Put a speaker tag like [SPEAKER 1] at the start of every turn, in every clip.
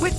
[SPEAKER 1] With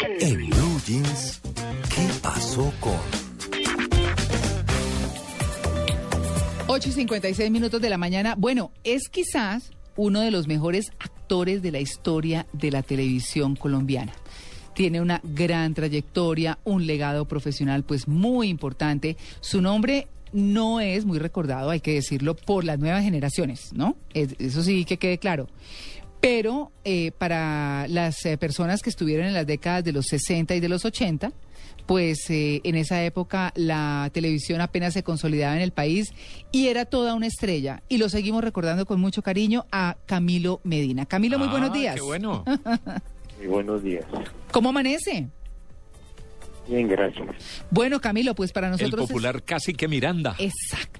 [SPEAKER 2] En Blue Jeans, ¿qué pasó con?
[SPEAKER 3] 8 y 56 minutos de la mañana. Bueno, es quizás uno de los mejores actores de la historia de la televisión colombiana. Tiene una gran trayectoria, un legado profesional pues muy importante. Su nombre no es muy recordado, hay que decirlo, por las nuevas generaciones, ¿no? Es- eso sí que quede claro. Pero eh, para las eh, personas que estuvieron en las décadas de los 60 y de los 80, pues eh, en esa época la televisión apenas se consolidaba en el país y era toda una estrella. Y lo seguimos recordando con mucho cariño a Camilo Medina. Camilo, muy buenos
[SPEAKER 4] Ah,
[SPEAKER 3] días.
[SPEAKER 4] Qué bueno.
[SPEAKER 5] Muy buenos días.
[SPEAKER 3] ¿Cómo amanece?
[SPEAKER 5] Bien, gracias.
[SPEAKER 3] Bueno, Camilo, pues para
[SPEAKER 4] El
[SPEAKER 3] nosotros... es-
[SPEAKER 4] popular casi que Miranda.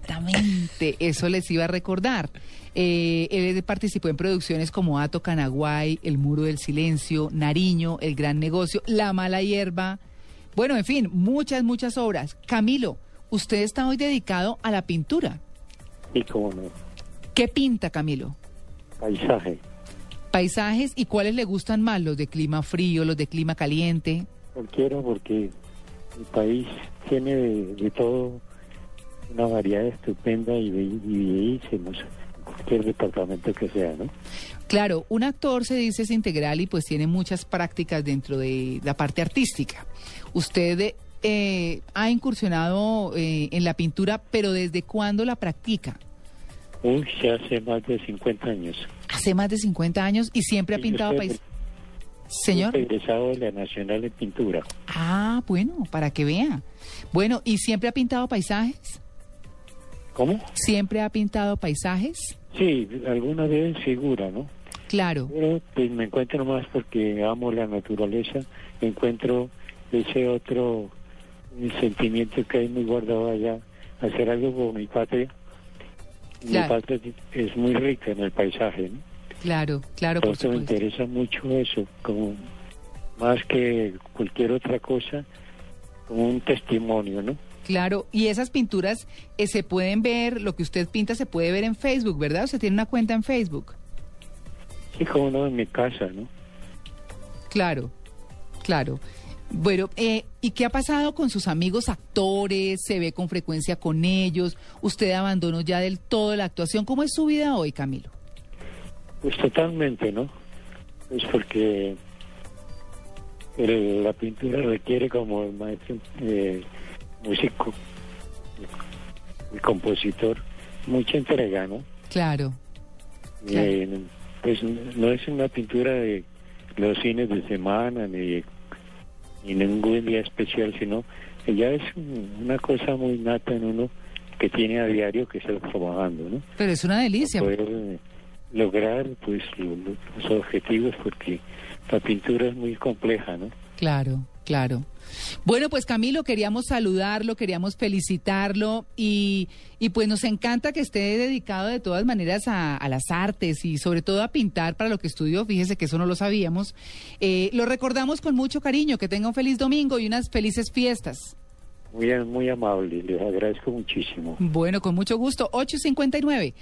[SPEAKER 3] Exactamente, eso les iba a recordar. Eh, él participó en producciones como Ato Canaguay, El Muro del Silencio, Nariño, El Gran Negocio, La Mala Hierba. Bueno, en fin, muchas, muchas obras. Camilo, usted está hoy dedicado a la pintura.
[SPEAKER 5] Y cómo no,
[SPEAKER 3] ¿Qué pinta, Camilo?
[SPEAKER 5] paisaje.
[SPEAKER 3] ¿Paisajes y cuáles le gustan más? ¿Los de clima frío, los de clima caliente?
[SPEAKER 5] Cualquiera porque el país tiene de, de todo una variedad estupenda y, be- y bellísimos en cualquier departamento que sea, ¿no?
[SPEAKER 3] Claro, un actor se dice es integral y pues tiene muchas prácticas dentro de la parte artística. Usted eh, ha incursionado eh, en la pintura, pero ¿desde cuándo la practica?
[SPEAKER 5] Uy, ya hace más de 50 años.
[SPEAKER 3] Hace más de 50 años y siempre ha
[SPEAKER 5] Sí,
[SPEAKER 3] pintado
[SPEAKER 5] yo sé,
[SPEAKER 3] paisajes.
[SPEAKER 5] Soy
[SPEAKER 3] Señor.
[SPEAKER 5] egresado de la Nacional de Pintura.
[SPEAKER 3] Ah, bueno, para que vea. Bueno, ¿y siempre ha pintado paisajes?
[SPEAKER 5] ¿Cómo?
[SPEAKER 3] ¿Siempre ha pintado paisajes?
[SPEAKER 5] Sí, alguna vez segura, ¿no?
[SPEAKER 3] Claro.
[SPEAKER 5] Pero pues me encuentro más porque amo la naturaleza, encuentro ese otro eh, sentimiento que hay muy guardado allá, hacer algo por mi patria.
[SPEAKER 3] Claro.
[SPEAKER 5] Mi patria es muy rica en el paisaje, ¿no?
[SPEAKER 3] Claro, claro, por
[SPEAKER 5] Entonces me
[SPEAKER 3] supuesto.
[SPEAKER 5] interesa mucho eso, como más que cualquier otra cosa, como un testimonio, ¿no?
[SPEAKER 3] Claro, y esas pinturas eh, se pueden ver, lo que usted pinta se puede ver en Facebook, ¿verdad? Usted tiene una cuenta en Facebook.
[SPEAKER 5] Sí, como no en mi casa, ¿no?
[SPEAKER 3] Claro, claro. Bueno, eh, ¿y qué ha pasado con sus amigos actores? ¿Se ve con frecuencia con ellos? ¿Usted abandonó ya del todo la actuación? ¿Cómo es su vida hoy, Camilo?
[SPEAKER 5] Pues totalmente, ¿no? Es porque el- la pintura requiere como el maestro eh, músico, el compositor, mucha entrega, ¿no?
[SPEAKER 3] Claro, Claro.
[SPEAKER 5] Eh, pues no es una pintura de los fines de semana ni, ni ningún día especial, sino ella es un- una cosa muy nata en uno que tiene a diario que está trabajando, ¿no?
[SPEAKER 3] pero es una delicia.
[SPEAKER 5] poder eh, lograr pues lo- lo- los objetivos porque la pintura es muy compleja no
[SPEAKER 3] Claro, claro. Bueno, pues Camilo, queríamos saludarlo, queríamos felicitarlo y, y pues nos encanta que esté dedicado de todas maneras a, a las artes y sobre todo a pintar para lo que estudió, fíjese que eso no lo sabíamos. Eh, lo recordamos con mucho cariño, que tenga un feliz domingo y unas felices fiestas.
[SPEAKER 5] muy muy amable les agradezco muchísimo
[SPEAKER 3] Bueno, con mucho gusto, 8.59.